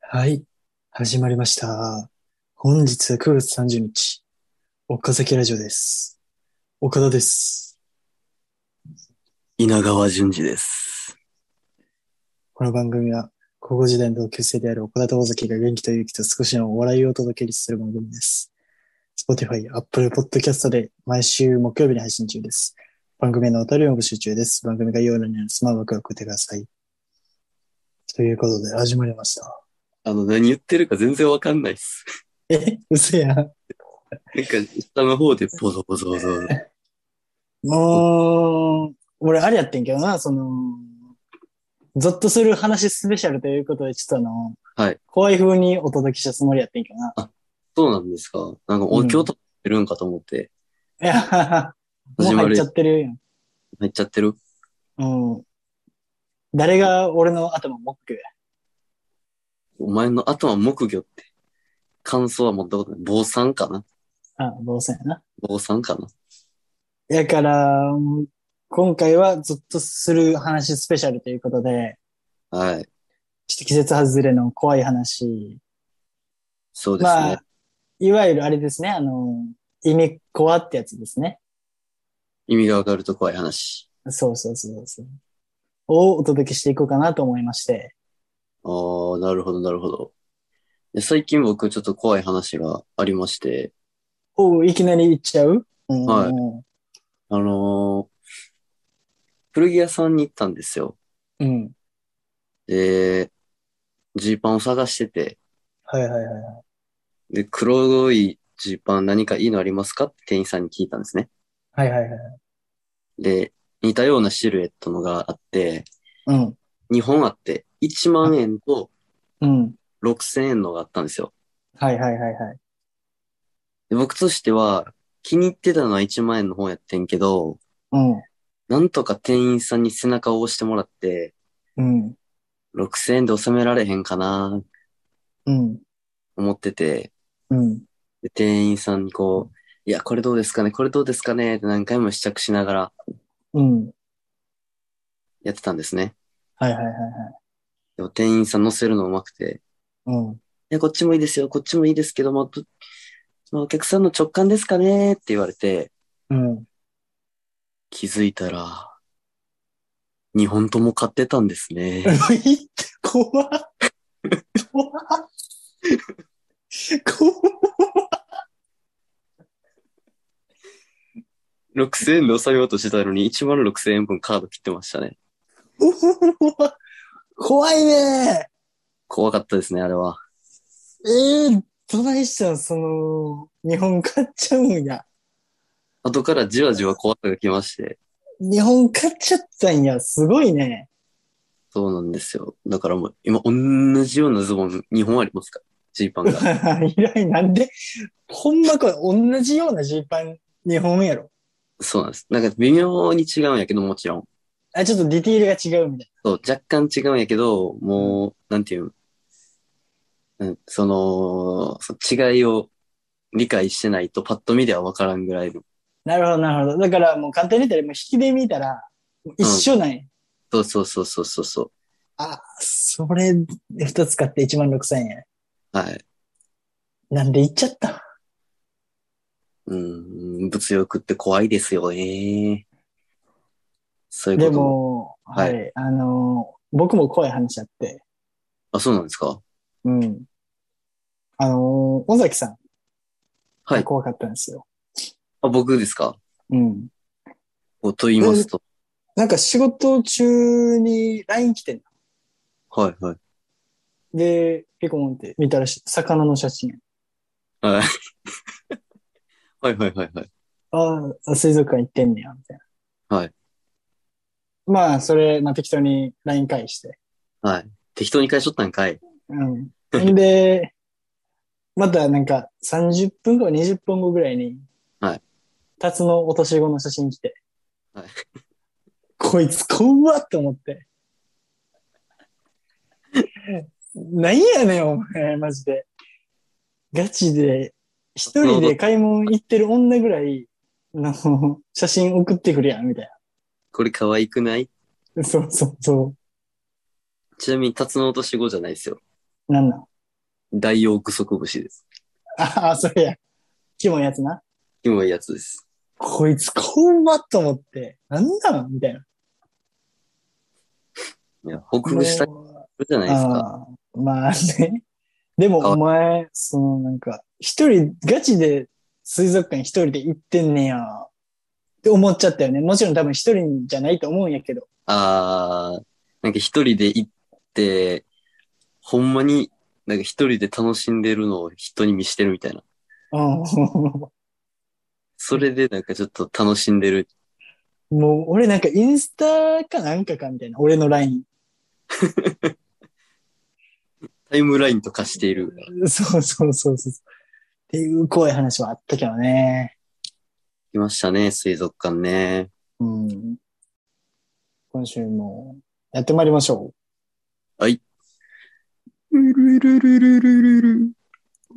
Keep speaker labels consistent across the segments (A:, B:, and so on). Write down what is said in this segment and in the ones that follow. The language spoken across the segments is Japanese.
A: はい。始まりました。本日9月30日、岡崎ラジオです。岡田です。
B: 稲川淳二です。
A: この番組は、高校時代の同級生である岡田と尾崎が元気と勇気と少しのお笑いをお届けする番組です。Spotify、Apple Podcast で毎週木曜日に配信中です。番組のお便りを募集中です。番組概要欄にあるスマホを送ってください。ということで、始まりました。
B: あの、何言ってるか全然わかんないっす。
A: え、嘘やん。なんか、
B: 下の方でポソポソポソ。
A: もう、俺あれやってんけどな、その、ゾッとする話スペシャルということで、ちょっとあの、
B: はい。
A: 怖い風にお届けしたつもりやってんけどな。
B: あ、そうなんですか。なんか、お経とってるんかと思って。
A: うん、い や、もう入っちゃってるやん。
B: 入っちゃってる
A: うん。誰が俺の頭もっく
B: お前の頭木魚って、感想は持ったことない。坊さんかな
A: あ坊さんやな。
B: 坊さんかな
A: やから、今回はずっとする話スペシャルということで、
B: はい。
A: ちょっと季節外れの怖い話。
B: そうですね。まあ、
A: いわゆるあれですね、あの、意味怖ってやつですね。
B: 意味がわかると怖い話。
A: そうそうそうそう。をお届けしていこうかなと思いまして。
B: ああ、なるほど、なるほど。最近僕ちょっと怖い話がありまして。
A: おいきなり行っちゃう
B: はい。あのー、古着屋さんに行ったんですよ。
A: うん。
B: で、ジーパンを探してて。
A: はいはいはい。
B: で、黒いジーパン何かいいのありますかって店員さんに聞いたんですね。
A: はいはいはい。
B: で、似たようなシルエットのがあって、
A: うん。
B: 2本あって、1万円と、
A: うん。
B: 6000円のがあったんですよ。
A: はいはいはいはい。
B: で僕としては、気に入ってたのは1万円の方やってんけど、
A: うん。
B: なんとか店員さんに背中を押してもらって、
A: うん。
B: 6000円で収められへんかな
A: うん。
B: 思ってて、
A: うん。
B: で店員さんにこう、いや、これどうですかねこれどうですかねって何回も試着しながら、
A: うん。
B: やってたんですね。
A: はいはいはいはい。
B: でも店員さん乗せるのうまくて。
A: うん。
B: いこっちもいいですよ、こっちもいいですけど、まあ、まあ、お客さんの直感ですかねって言われて。
A: うん。
B: 気づいたら、日本とも買ってたんですね。
A: 怖っ。怖っ。怖っ。
B: 6000円で収めようとしてたのに、1万6000円分カード切ってましたね。
A: 怖いね
B: 怖かったですね、あれは。
A: ええー、どないしたんその、日本買っちゃうんや。
B: 後からじわじわ怖さが来まして。
A: 日本買っちゃったんや、すごいね。
B: そうなんですよ。だからもう、今、同じようなズボン、2本ありますかジー パンが。
A: 以来なんで、ほんまこれ、同じようなジーパン、2本やろ。
B: そうなんです。なんか微妙に違うんやけど、もちろん。
A: あ、ちょっとディティールが違うみたい
B: な。そう、若干違うんやけど、もう、なんていう、うん、その、その違いを理解してないと、パッと見では分からんぐらいの。
A: なるほど、なるほど。だからもう簡単に言ったら、もう引きで見たら、一緒なんや、
B: うん、そうそうそうそうそう。
A: あ、それ、二つ買って1万6千円。
B: はい。
A: なんで行っちゃった
B: うん、物欲って怖いですよね。そういう
A: ことでも、はい、はい、あのー、僕も怖い話あって。
B: あ、そうなんですか
A: うん。あのー、尾崎さん。
B: はい。
A: 怖かったんですよ。
B: あ、僕ですか
A: うん。
B: と言いますと。
A: なんか仕事中に LINE 来てん。
B: の。はいはい
A: で、ピコモンって見たらし、魚の写真。
B: はい。はいはいはいはい。
A: ああ、水族館行ってんねや、みたい
B: な。はい。
A: まあ、それ、まあ適当に LINE 返して。
B: はい。適当に返しとったんかい。
A: うん。んで、またなんか30分後、20分後ぐらいに、
B: はい。
A: タツの落とし子の写真来て、
B: はい。
A: こいつ怖って思って。 なんやねん、お前、マジで。ガチで、一人で買い物行ってる女ぐらいの写真送ってくるやん、みたいな。
B: これ可愛くない。
A: そうそうそう
B: ちなみに、タツノオトシゴじゃないですよ。
A: なんなん
B: 大用具足節です。
A: ああ、それや。キモいやつな。
B: キモいやつです。
A: こいつ、こんばっと思って、なんだのみたいな。
B: いや、北部したい
A: もう
B: じゃないですか。
A: ああまあね。でも、
B: かわ
A: お前、そのなんか、一人、ガチで水族館一人で行ってんねや。って思っちゃったよね。もちろん多分一人じゃないと思うんやけど。
B: あー、なんか一人で行って、ほんまに、なんか一人で楽しんでるのを人に見してるみたいな。
A: うんも
B: それでなんかちょっと楽しんでる。
A: う、俺なんかインスタかなんかかみたいな。俺のライン。
B: タイムラインと化している。
A: そうそうそうそう。っていう怖い話はあったけどね。
B: 来ましたね、水族館ね。
A: うん。今週も、やってまいりましょ
B: うるるるるるるる。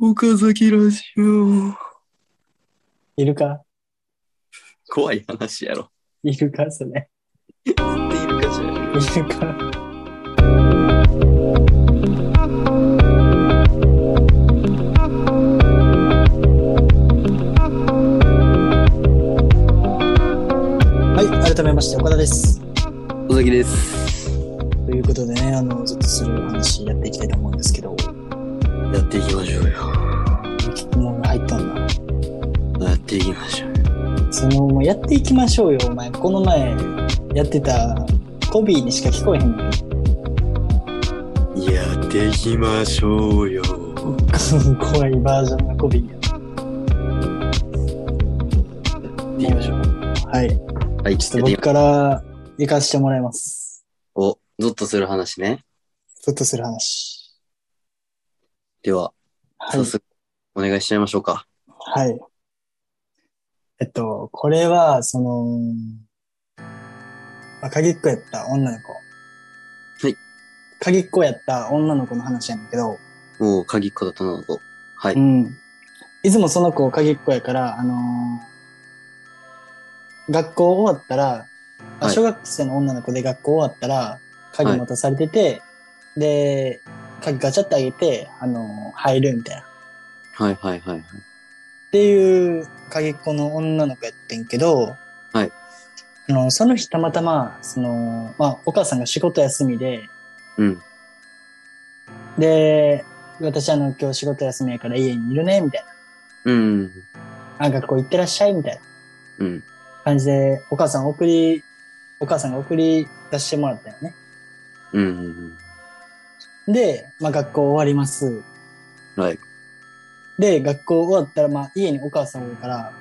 B: 岡崎ラジオ。
A: う。いるか
B: 怖い話やろ。
A: いるかそれ。
B: っていうかじゃ
A: いるかはい、改めまして、岡田です。
B: 岡崎です。
A: ということでね、あの、ずっとする話やっていきたいと思うんですけど、
B: やっていきましょうよ。
A: 質問が入ったんだ。
B: やっていきましょう。
A: その、もうやっていきましょうよ、お前。この前、やってた、コビーにしか聞こえへんのに。
B: やっていきましょうよ。
A: 怖いバージョンがコビーや。
B: やっていきましょう。
A: はい。
B: はい、
A: ちょっと
B: やってい
A: 僕
B: きま
A: から行かせてもらいます。
B: お、ゾッとする話ね。
A: ふっとする話。
B: では、
A: はい
B: 早。速、お願いしちゃいましょうか。
A: はい。えっと、これは、その、まあ、鍵っ子やった女の子。
B: はい。
A: 鍵っ子やった女の子の話やねんけど、。
B: もう、鍵っ子だとの子。はいう
A: ん。いつもその子鍵っ子やから、あのー学校終わったら、あ
B: はい
A: 小学生の女の子で学校終わったら、鍵持たされてて、で、鍵ガチャってあげて、あのー入るみたいな。
B: はいはいはい
A: っ
B: はい。
A: ていう鍵っ子の女の子やってんけど、
B: はい
A: あの、その日たまたま、その、まあ、お母さんが仕事休みで、
B: うん。
A: で、私あの、今日仕事休みやから家にいるね、みたい
B: うん。
A: な。あ、学校行ってらっしゃい、みたいな
B: うん。
A: 感じで、お母さん送り、お母さんが送り出してもらったよね。
B: うんうん。
A: で、まあ、学校終わります。
B: うんはい。
A: で、学校終わったら、まあ、家にお母さんおるから、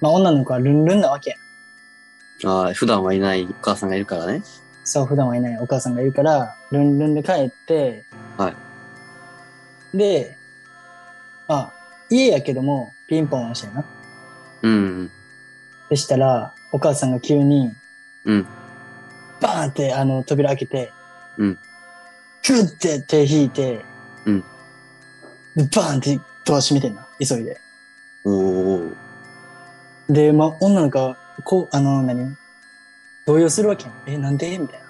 A: まあ、女の子はルンルンなわけや。
B: ああ、普段はいないお母さんがいるからね。
A: そう、普段はいないお母さんがいるから、ルンルンで帰って、。
B: はい
A: で、まあ、家やけども、ピンポン押してな。
B: うん。
A: でしたら、お母さんが急に、
B: うん。
A: バーンって、あの、扉開けて、
B: うん。
A: クッて手引いて、
B: うん
A: で、バーンってドア閉めてんな、急いで。
B: おー。
A: で、まあ、女の子は、こう、あの、何動揺するわけやん。え、なんでみたい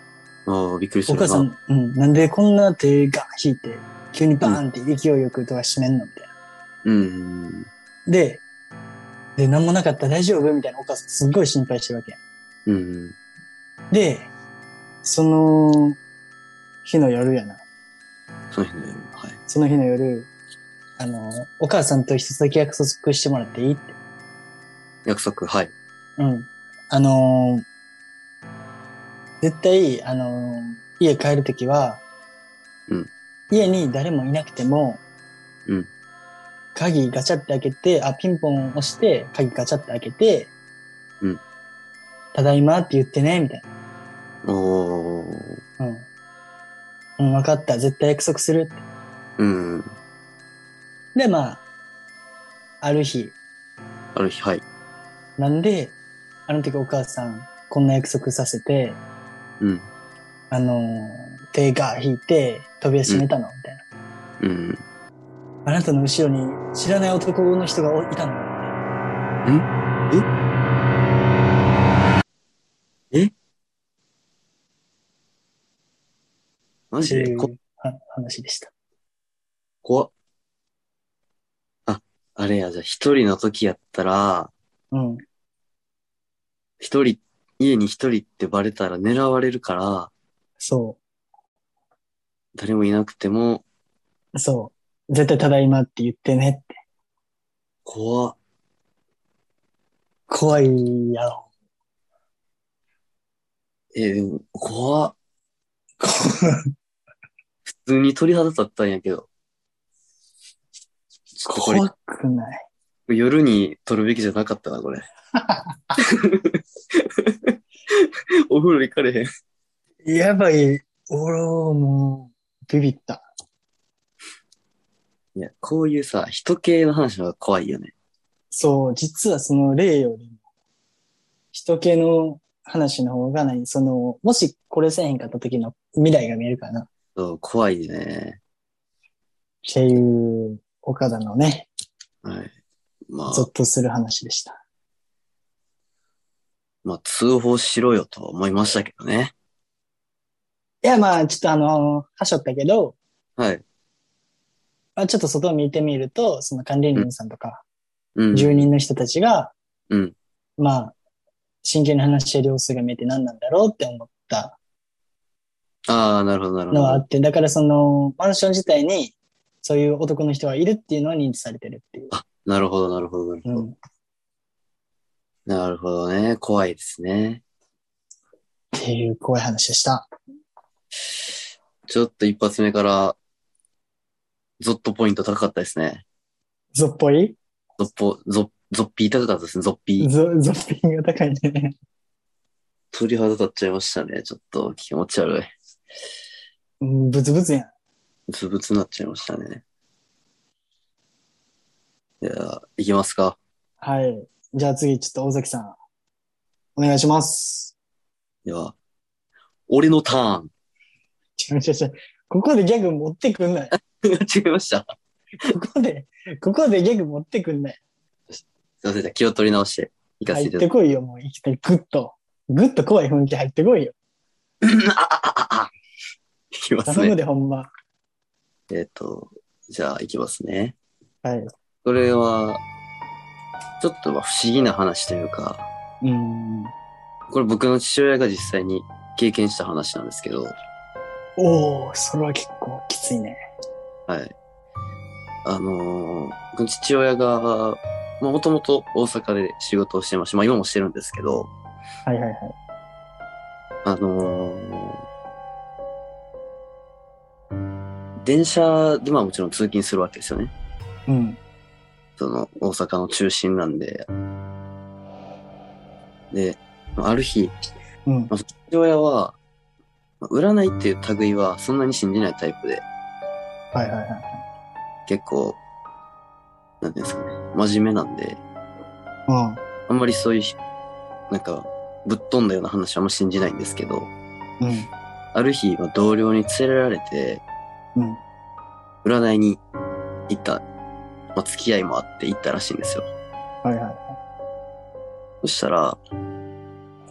A: な。
B: ああ、びっくりし
A: お
B: たな。
A: 母さん、うん、なんでこんな手が引いて、急にバーンって勢いよくドア閉めんのみたいな。
B: うん。
A: で、で、なんもなかった大丈夫みたいなお母さんすっごい心配してるわけやん。
B: うん。
A: で、その日の夜やな。
B: その日の夜。はい。
A: その日の夜、あの、お母さんと一つだけ約束してもらっていいって。
B: 約束、はい。
A: うん。あのー絶対、あのー家帰るときは、
B: うん
A: 家に誰もいなくても、
B: うん
A: 鍵ガチャって開けて、あ、ピンポン押して、鍵ガチャって開けて、
B: うん
A: ただいまって言ってね、みたい
B: おー。
A: な。うん。うん、分かった。絶対約束するって。
B: うん。
A: で、まあ、ある日、
B: ある日、はい。
A: なんで、あの時お母さん、こんな約束させて、
B: うん。
A: あの、手が引いて、扉閉めたの、みたいな。
B: うん。
A: あなたの後ろに知らない男の人がおいたの。
B: マ
A: って
B: ジ
A: い
B: で
A: う
B: こ
A: は話でした。
B: 怖っ。あ、あれや、じゃあ一人の時やったら、
A: うん。
B: 一人、家に一人ってバレたら狙われるから、
A: そ
B: 誰もいなくても、
A: う。そう。絶対ただいまって言ってねって。
B: 怖っ。
A: 怖いやろ。
B: えーでも、怖っ。普通に鳥肌立ったんやけど。ちょっとこれ
A: 怖くない。
B: 夜に撮るべきじゃなかったな、これ。お風呂行かれへん。
A: やばい。俺はもう、ビビった。
B: いや、こういうさ、人系の話の方が怖いよね。
A: そう、実はその例よりも、人系の話の方がない、その、もしこれせえへんかった時の未来が見えるからな。っ
B: そう、怖いね。
A: ていう、岡田のね、
B: はい。ま
A: ゾ
B: あ、
A: ッとする話でした。
B: まあ、通報しろよとは思いましたけどね。
A: いや、まあ、ちょっとあの、はしょったけど、
B: はい。
A: まあ、ちょっと外を見てみると、その管理人さんとか、
B: うん。
A: 住人の人たちが、
B: うん。
A: まあ、真剣に話してる様子が見えて何なんだろうって思った
B: ああ、なるほど、なるほ
A: のはあ
B: ど。
A: って、だからその、マンション自体に、そういう男の人はいるっていうのは認知されてるっていう。
B: なるほど、なるほど、なるほ
A: う
B: ど。
A: ん。
B: なるほどね。怖いですね。
A: っていう怖い話でした。
B: ちょっと一発目から、ゾッとポイント高かったですね。
A: ゾっぽい
B: ゾッポ、ゾッ、ゾッピー高かったですね、ゾッピー。
A: ゾ、ゾッピングが高いね。
B: 鳥肌立っちゃいましたね。ちょっと気持ち悪い。
A: うんブツブツやん。
B: ズブツになっちゃいましたね。いやー、いきますか。
A: はい。じゃあ次、ちょっと大崎さん、お願いします。
B: では、俺のターン。
A: 違う違う違う。ここでギャグ持ってくんない。
B: 違いました。
A: ここで、ここでギャグ持ってくんない。
B: すいません、じゃあ気を取り直して、いかせ
A: 入
B: て
A: っ
B: いた
A: て
B: だき
A: こいよ、もう。生きて、ぐっと。ぐっと怖い雰囲気入ってこいよ。
B: いきます
A: 頼む
B: ね。
A: で、ほんま。
B: えっ、と、じゃあ、いきますね。
A: はい。
B: これは、ちょっとまあ不思議な話というか、
A: うん。
B: これ僕の父親が実際に経験した話なんですけど、
A: おー、それは結構きついね。
B: はい。あのー僕の父親が、まあ、もともと大阪で仕事をしてまして、まあ、今もしてるんですけど、
A: はいはいはい。
B: あのー電車でまあもちろん通勤するわけですよね。
A: うん。
B: その大阪の中心なんで。で、まあある日、
A: うん。
B: まあ、父親は、まあ占いっていう類はそんなに信じないタイプで、
A: はいはいはい。
B: 結構、なんていうんですかね、真面目なんで、
A: うん。
B: あんまりそういう、なんか、ぶっ飛んだような話はあんま信じないんですけど、
A: うん。
B: ある日、まあ同僚に連れられて、
A: うん。
B: 占いに行った、まあ、付き合いもあって行ったらしいんですよ。
A: はいは
B: そしたら、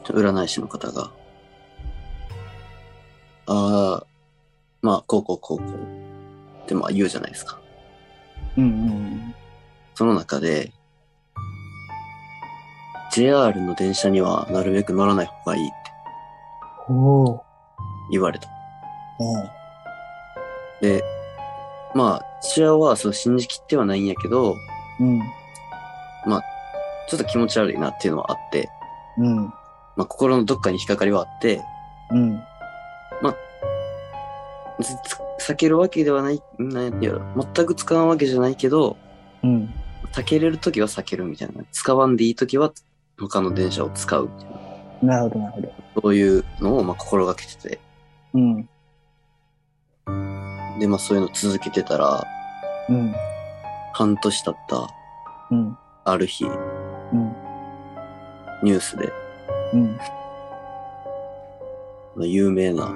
B: 占い師の方が、ああ、まあ、こうこうこうこう。ってまあ言うじゃないですか。
A: い。うんうん。
B: その中で、JR の電車にはなるべく乗らない方がいいって
A: おー。
B: 言われた。
A: うん。
B: で、まあ、父親はそう信じきってはないんやけど、
A: うん。
B: ちょっと気持ち悪いなっていうのはあって、
A: うん。
B: まあ心のどっかに引っかかりはあって、
A: うん。
B: つつ避けるわけではない、なんやろ全く使わんわけじゃないけど、
A: うん。
B: 避けれるときは避けるみたいな。使わんでいいときは他の電車を使うみたいな。
A: なるほど、なるほど。
B: そういうのをまあ心がけてて。
A: うん。
B: で、まあそういうの続けてたら、
A: うん。
B: 半年経った
A: うん。
B: ある日、
A: うん。
B: ニュースで、
A: うん。
B: まあ有名な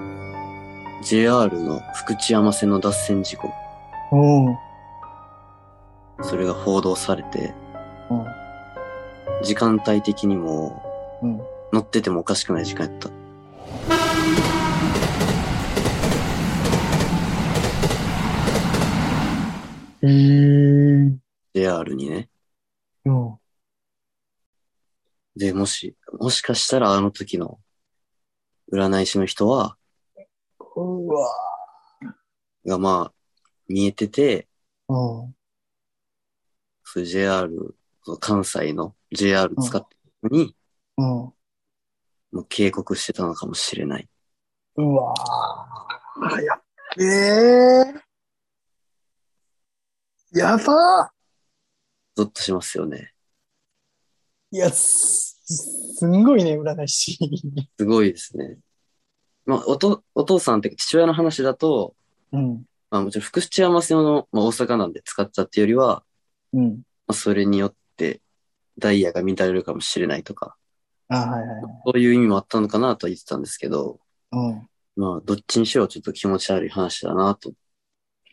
B: JR の福知山線の脱線事故、
A: おー。
B: それが報道されて、
A: うん。
B: 時間帯的にも
A: うん。
B: 乗っててもおかしくない時間やった。 JR にね。
A: うん。
B: で、もし、もしかしたらあの時の占い師の人は、
A: うわ
B: がまあ、見えてて、
A: うん。
B: そういう JR、その関西の JR 使ってるのに、
A: うん。
B: もう警告してたのかもしれない。
A: うわぁ。やっべえー。やば
B: ゾッとしますよね。
A: ーいや、す、すんごいね、占い師。
B: すごいですね。まあ、おと、お父さんって父親の話だと、
A: うん。
B: まあもちろん福知山線の、まあ、大阪なんで使ったっていうよりは、
A: うん。
B: まあ、それによってダイヤが乱れるかもしれないとか、
A: あ、はいはい。
B: そういう意味もあったのかなとは言ってたんですけど、
A: うん。
B: まあ、どっちにしろちょっと気持ち悪い話だなと、
A: い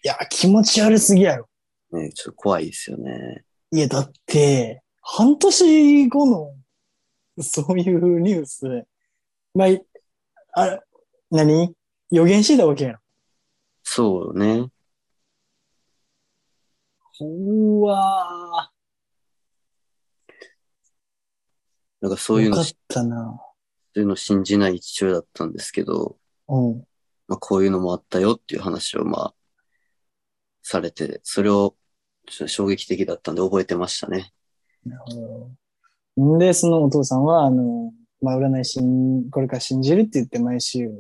A: や、気持ち悪すぎやろ。
B: ね、ちょっと怖いですよね。
A: いや、だって、半年後の、そういうニュース、まあい、あれ、何予言してたわけやろ。
B: そうね。
A: うわ
B: なんかそ
A: ぁ。
B: ういう
A: よ
B: の、
A: かっ
B: そ
A: たな。
B: ういうの信じない父親だったんですけど、
A: うん。
B: まあ、こういうのもあったよっていう話を、まあ、されて、それを、ちょっと衝撃的だったんで覚えてましたね。
A: なるほど。んで、そのお父さんは、あの、まあ、占いしん、これから信じるって言って毎週、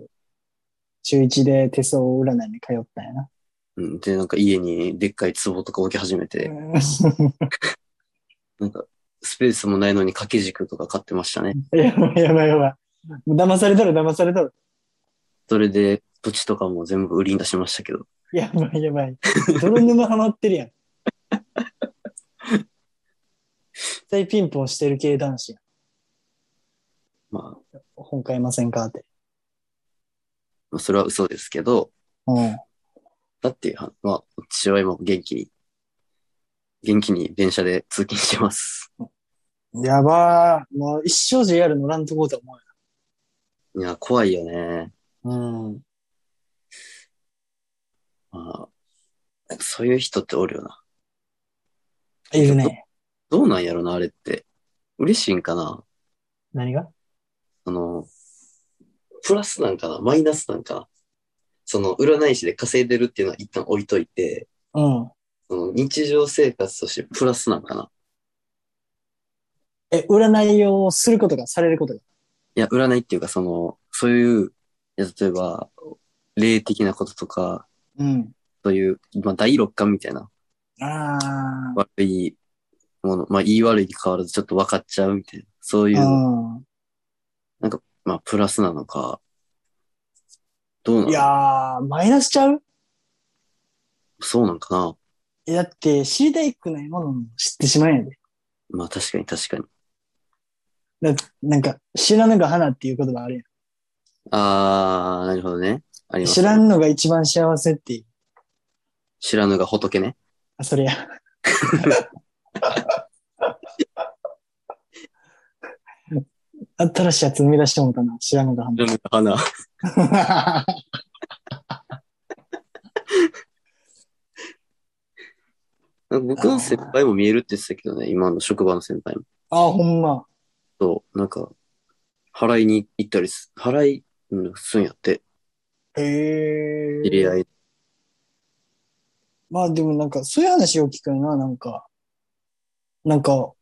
A: 週一で手相占いに通ったんやな。
B: うん、で、なんか家にでっかい壺とか置き始めて、なんかスペースもないのに掛け軸とか買ってましたね。
A: やばいやばいやばい。もう騙されとる、騙されとる。
B: それで土地とかも全部売りに出しましたけど、
A: やばいやばい。泥沼ハマってるやん。絶対ピンポンしてる系男子やん。
B: まあ、
A: 本買いませんかって。
B: まあ、それは嘘ですけど、
A: うん。
B: だっていうは、まあ、父親も元気に、元気に電車で通勤してます。
A: やばー。もう一生 JR 乗らんとこうと思
B: いや、怖いよね。
A: うよ。うん。
B: まあ、そういう人っておるよな。
A: いるね。
B: どうなんやろな、あれって。嬉しいんかな
A: 何が
B: その、プラスなんかなマイナスなんかなその、占い師で稼いでるっていうのは一旦置いといて、
A: うん。
B: その日常生活としてプラスなんかな
A: え、占いをすることが、されることが。
B: いや、占いっていうか、その、そういう、いや例えば、霊的なこととか、
A: うん。
B: そういう、まあ、第六感みたいな、
A: ああ。
B: 悪いもの、まあ、言い悪いに変わらずちょっと分かっちゃうみたいな、そういうの、まあ、プラスなのか、どう
A: う
B: な
A: ん。
B: の
A: いやー、マイナスちゃう
B: そうなんかな
A: え、だって、知りたいくないものを知ってしまえんやで。
B: まあ、確かに確かに。
A: なんか、知らぬが花っていう言葉あるやん。
B: あー、なるほどね。あります、
A: 知らんのが一番幸せっていう。
B: 知らぬが仏ね。
A: あ、それや。 新しいやつ生み出してもうたな。知らんのが
B: 知らぬが花。
A: 花。
B: 僕の先輩も見えるって言ってたけどね、今の職場の先輩も。
A: あ、ほんま。
B: そう、なんか、払いに行ったりす、払い、うん、するんやって、
A: へえ。
B: 知り合い。
A: まあでもなんか、そういう話を聞くよな、なんか。なんか、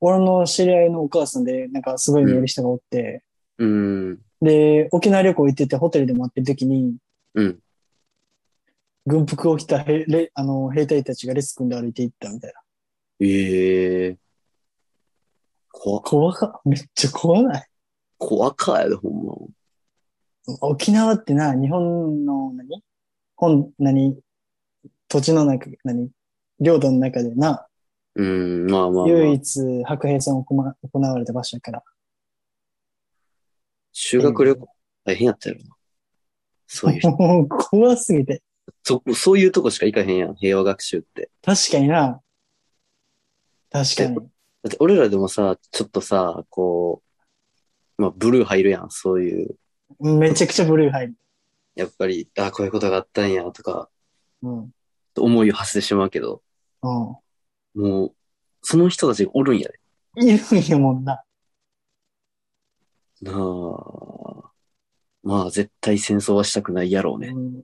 A: 俺の知り合いのお母さんで、なんかすごい見える人がおって、
B: うん、
A: で、沖縄旅行行っててホテルで待ってる時に、
B: うん。
A: 軍服を着た兵れあの兵隊たちがレス組んで歩いていったみたいな。
B: ええー。怖、
A: 怖か、めっちゃ怖ない。
B: 怖かやで、ほんま。
A: 沖縄ってな、日本の何本、何土地の中、何領土の中でな、
B: うん、まあまあ、ま
A: 唯
B: あ。
A: 一白兵戦を行わ行われた場所やから。
B: 修学旅行大変やったやろな。そういう 人、
A: もう怖すぎて。
B: そ、そういうとこしか行かへんやん、平和学習って。
A: 確かにな。確かに。
B: だって俺らでもさ、ちょっとさ、こう、まあ、ブルー入るやん、そういう。
A: めちゃくちゃブルー入る。
B: やっぱり、あ、こういうことがあったんや、とか、
A: うん。うん。
B: 思いを発してしまうけど、もう、その人たちがおるんやで。
A: いるんやもんな。
B: なあ。まあ、絶対戦争はしたくないやろうね。
A: うん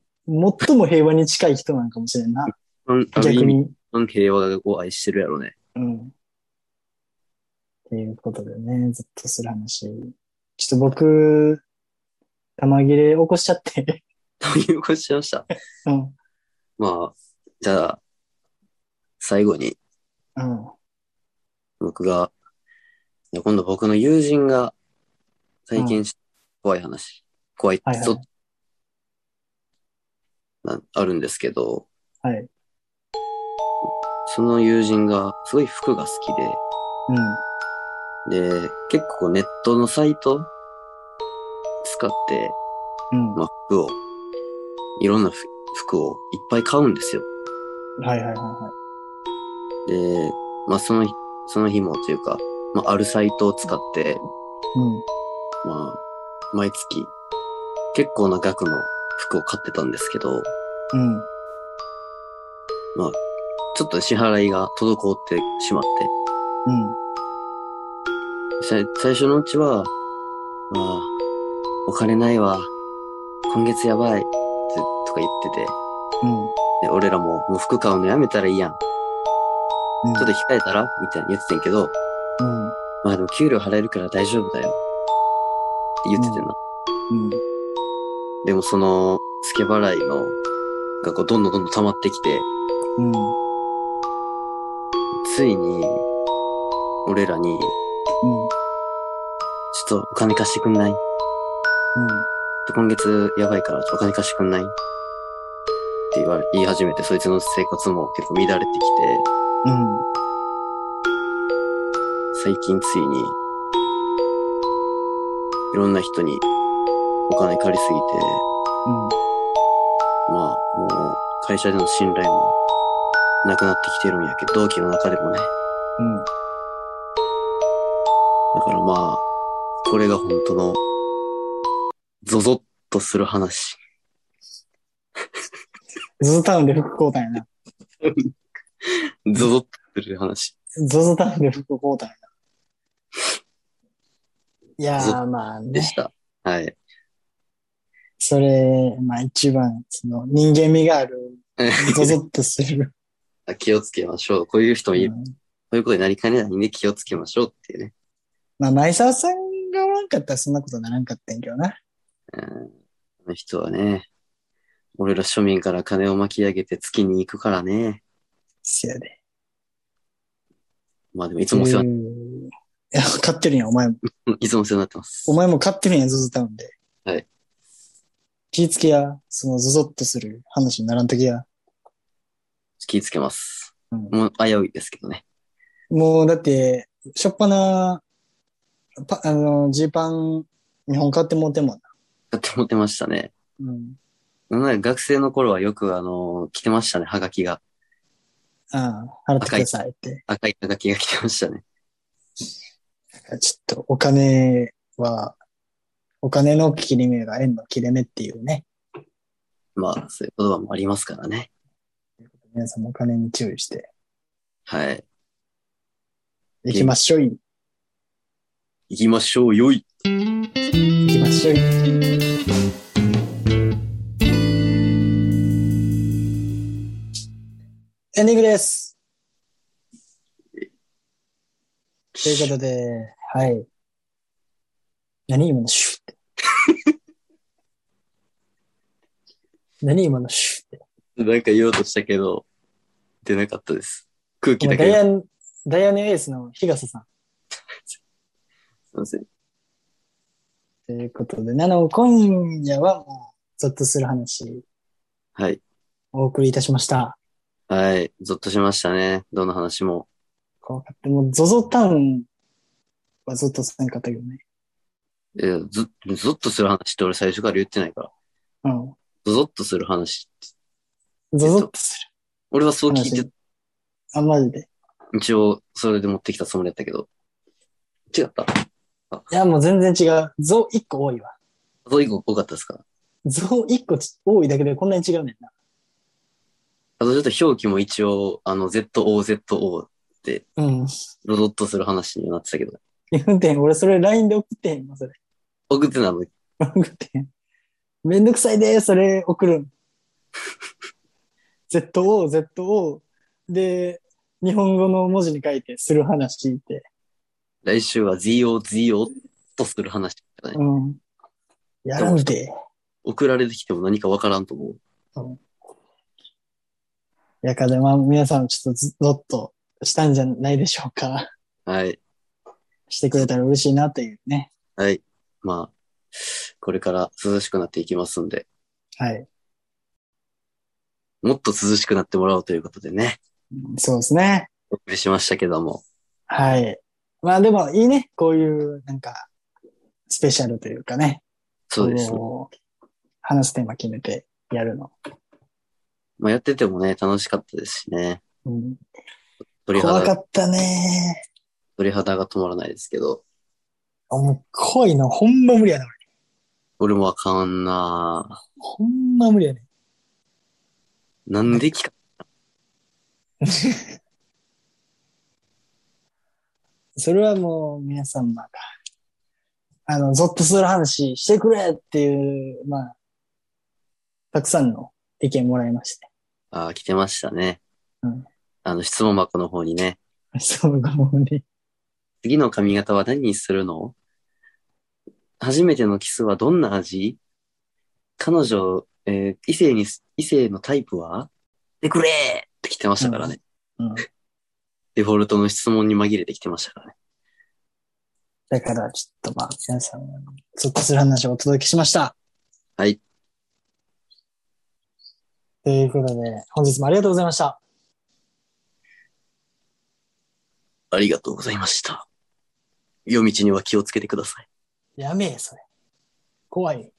A: 最も平和に近い人なんかもしれんな。
B: うん、あ
A: 逆
B: る意味、
A: に。
B: 平和を愛してるやろうね。
A: うん。っていうことでね、ずっとする話。ちょっと僕、玉切れ起こしちゃって。
B: ということしました。
A: うん。
B: まあ、じゃあ、最後に
A: うん。
B: 僕が、いや今度僕の友人が体験した怖い話、怖い
A: はいはい
B: ぞ、なあるんですけど、
A: はい。
B: その友人がすごい服が好きで、
A: うん。
B: で、結構ネットのサイト使って、
A: うん。
B: まあ、服を、いろんなふ服をいっぱい買うんですよ。
A: はいはいはいは
B: で、まあ、その日、その日もというか、まあ、あるサイトを使って、
A: い。うん。
B: まあ、毎月、結構な額の服を買ってたんですけど、
A: うん。
B: ちょっと支払いが滞ってしまって、
A: うん。
B: さ最初のうちは、まあ、お金ないわ、今月やばい、つとか言ってて、
A: うん。
B: で、俺らも、もう服買うのやめたらいいやん。
A: うん
B: ちょっと控えたらみたいな言ってたんやけど、
A: うん。
B: まあでも給料払えるから大丈夫だよ。って言っててな。
A: うん。
B: でもその、付け払いの、がこうどんどんどんどん溜まってきて、
A: うん。
B: ついに、俺らに、
A: うん。
B: ちょっとお金貸してくんない
A: うん。
B: 今月やばいからお金貸してくんないって言われ、言い始めて、そいつの生活も結構乱れてきて、
A: うん。
B: 最近ついに、いろんな人にお金借りすぎて、
A: うん。
B: まあ、もう、会社での信頼もなくなってきてるんやけど、同期の中でもね。
A: うん。
B: だからまあ、これが本当の、ゾゾッとする話。
A: ゾゾタウンで服交代やな。
B: ゾゾッとする話。
A: ゾゾタウンで服交代やな。いやー、まあ
B: で
A: ね
B: し。た。はい。
A: それ、まあ一番、その人間味がある、ゾゾッとす る。
B: 気をつけましょう。こういう人もいる。
A: う
B: こ
A: ん
B: ういうことになりかねないんで気をつけましょうっていうね。
A: まあ前澤さんがおらんかったらそんなことならんかったんやけどな。
B: うん。この人はね、俺ら庶民から金を巻き上げて月に行くからね。
A: せやで。
B: まあでもいつもお世話
A: う
B: に、
A: んいや、買ってるんや、お前も。
B: いつもお世話になってます。
A: お前も買ってるんや、ゾゾタウンで。
B: はい。
A: 気ぃつけや、そのゾゾッとする話にならんときや。
B: 気をつけます。
A: うん
B: もう危ういですけどね。
A: もうだって、しょっぱな、パ、あの、ジーパン、日本買ってもうてんもん
B: だって思ってましたね。
A: な。うん。
B: なんなら学生の頃はよくあの、来てましたね、ハガキが。
A: ああ、払ってくださいって。
B: 赤いハガキが来てましたね。
A: ちょっとお金は、お金の切れ目が縁の切れ目っていうね。
B: まあ、そういう言葉もありますからね。
A: 皆さんもお金に注意して
B: はい。
A: いきましょい。
B: 行きましょう、よい。
A: いきましょい。エンディングです。ということで、はい。何今のシュって。 何今のシュって。
B: なんか言おうとしたけど、出なかったです。空気
A: 今ダ
B: だけ
A: イ
B: で。
A: ヤ
B: す
A: ン、ダイヤネエースの日笠さん。
B: いません。
A: ということで、なの、今夜はもう、ゾッとする話、
B: はい。
A: お送りいたしました。
B: はい。ゾッとしましたね。どの話も。
A: 怖かった。もう、ゾゾタウンはゾッとせんかったけどね。
B: えー、ず、ゾッとする話って俺最初から言ってないから。
A: うん。
B: ゾゾッとする話って。
A: ゾゾッとす
B: 俺はそう
A: る
B: 聞い
A: 話
B: て、。
A: あ、マジで。
B: 一応、それで持ってきたつもりだったけど。違った。
A: いや、もう全然違う。ゾ一個多いわ。
B: ゾ以降多かったですか
A: ゾ一個ち多いだけでこんなに違うねんな。
B: あとちょっと表記も一応、あの、ZOZO って、
A: うん。
B: ドドッとする話にはなってたけど、
A: え運転、俺それ LINE で送ってへんの、それ。
B: 送ってたのに、
A: 送ってへん。めんどくさいでー、それ送るん。ZO、ZO。で、日本語の文字に書いて、する話聞いて。
B: 来週は ZO、ZO とする話だね。
A: うん。やらんで。
B: 送られてきても何かわからんと思う。
A: やかで、まあ、皆さんちょっとゾッとしたんじゃないでしょうか。
B: はい。
A: してくれたら嬉しいなというね。
B: はい。まあ、これから涼しくなっていきますんで、
A: はい。
B: もっと涼しくなってもらおうということでね、
A: そうですね。
B: お送りしましたけども。
A: はい。まあでもいいね。こういう、なんか、スペシャルというかね。
B: そうですね。
A: こう話すテーマ決めてやるの。
B: まあ、やっててもね、楽しかったですしね。
A: うん、
B: 鳥
A: 怖か
B: 肌、
A: ったね。
B: 鳥肌が止まらないですけど、
A: あもう怖いの、ほんま無理やね。俺
B: 俺もあかんな
A: ほんま無理やね。
B: ぁなんで聞か、
A: それはもう皆様が、あの、ゾッとする話してくれっていう、まあ、たくさんの意見もらいまして。
B: あー来てましたね。
A: うん
B: あの、質問箱の方にね、
A: そう、ごもね。
B: 次の髪型は何にするの初めてのキスはどんな味彼女、えー異性に、異性のタイプはでくれーって来てましたからね。
A: うん。
B: デフォルトの質問に紛れてきてましたからね。
A: だから、ちょっとまあ、皆さん、ゾッとする話をお届けしました。
B: はい。
A: ということで、本日もありがとうございました。
B: ありがとうございました。夜道には気をつけてください。
A: やめえ、それ。怖い。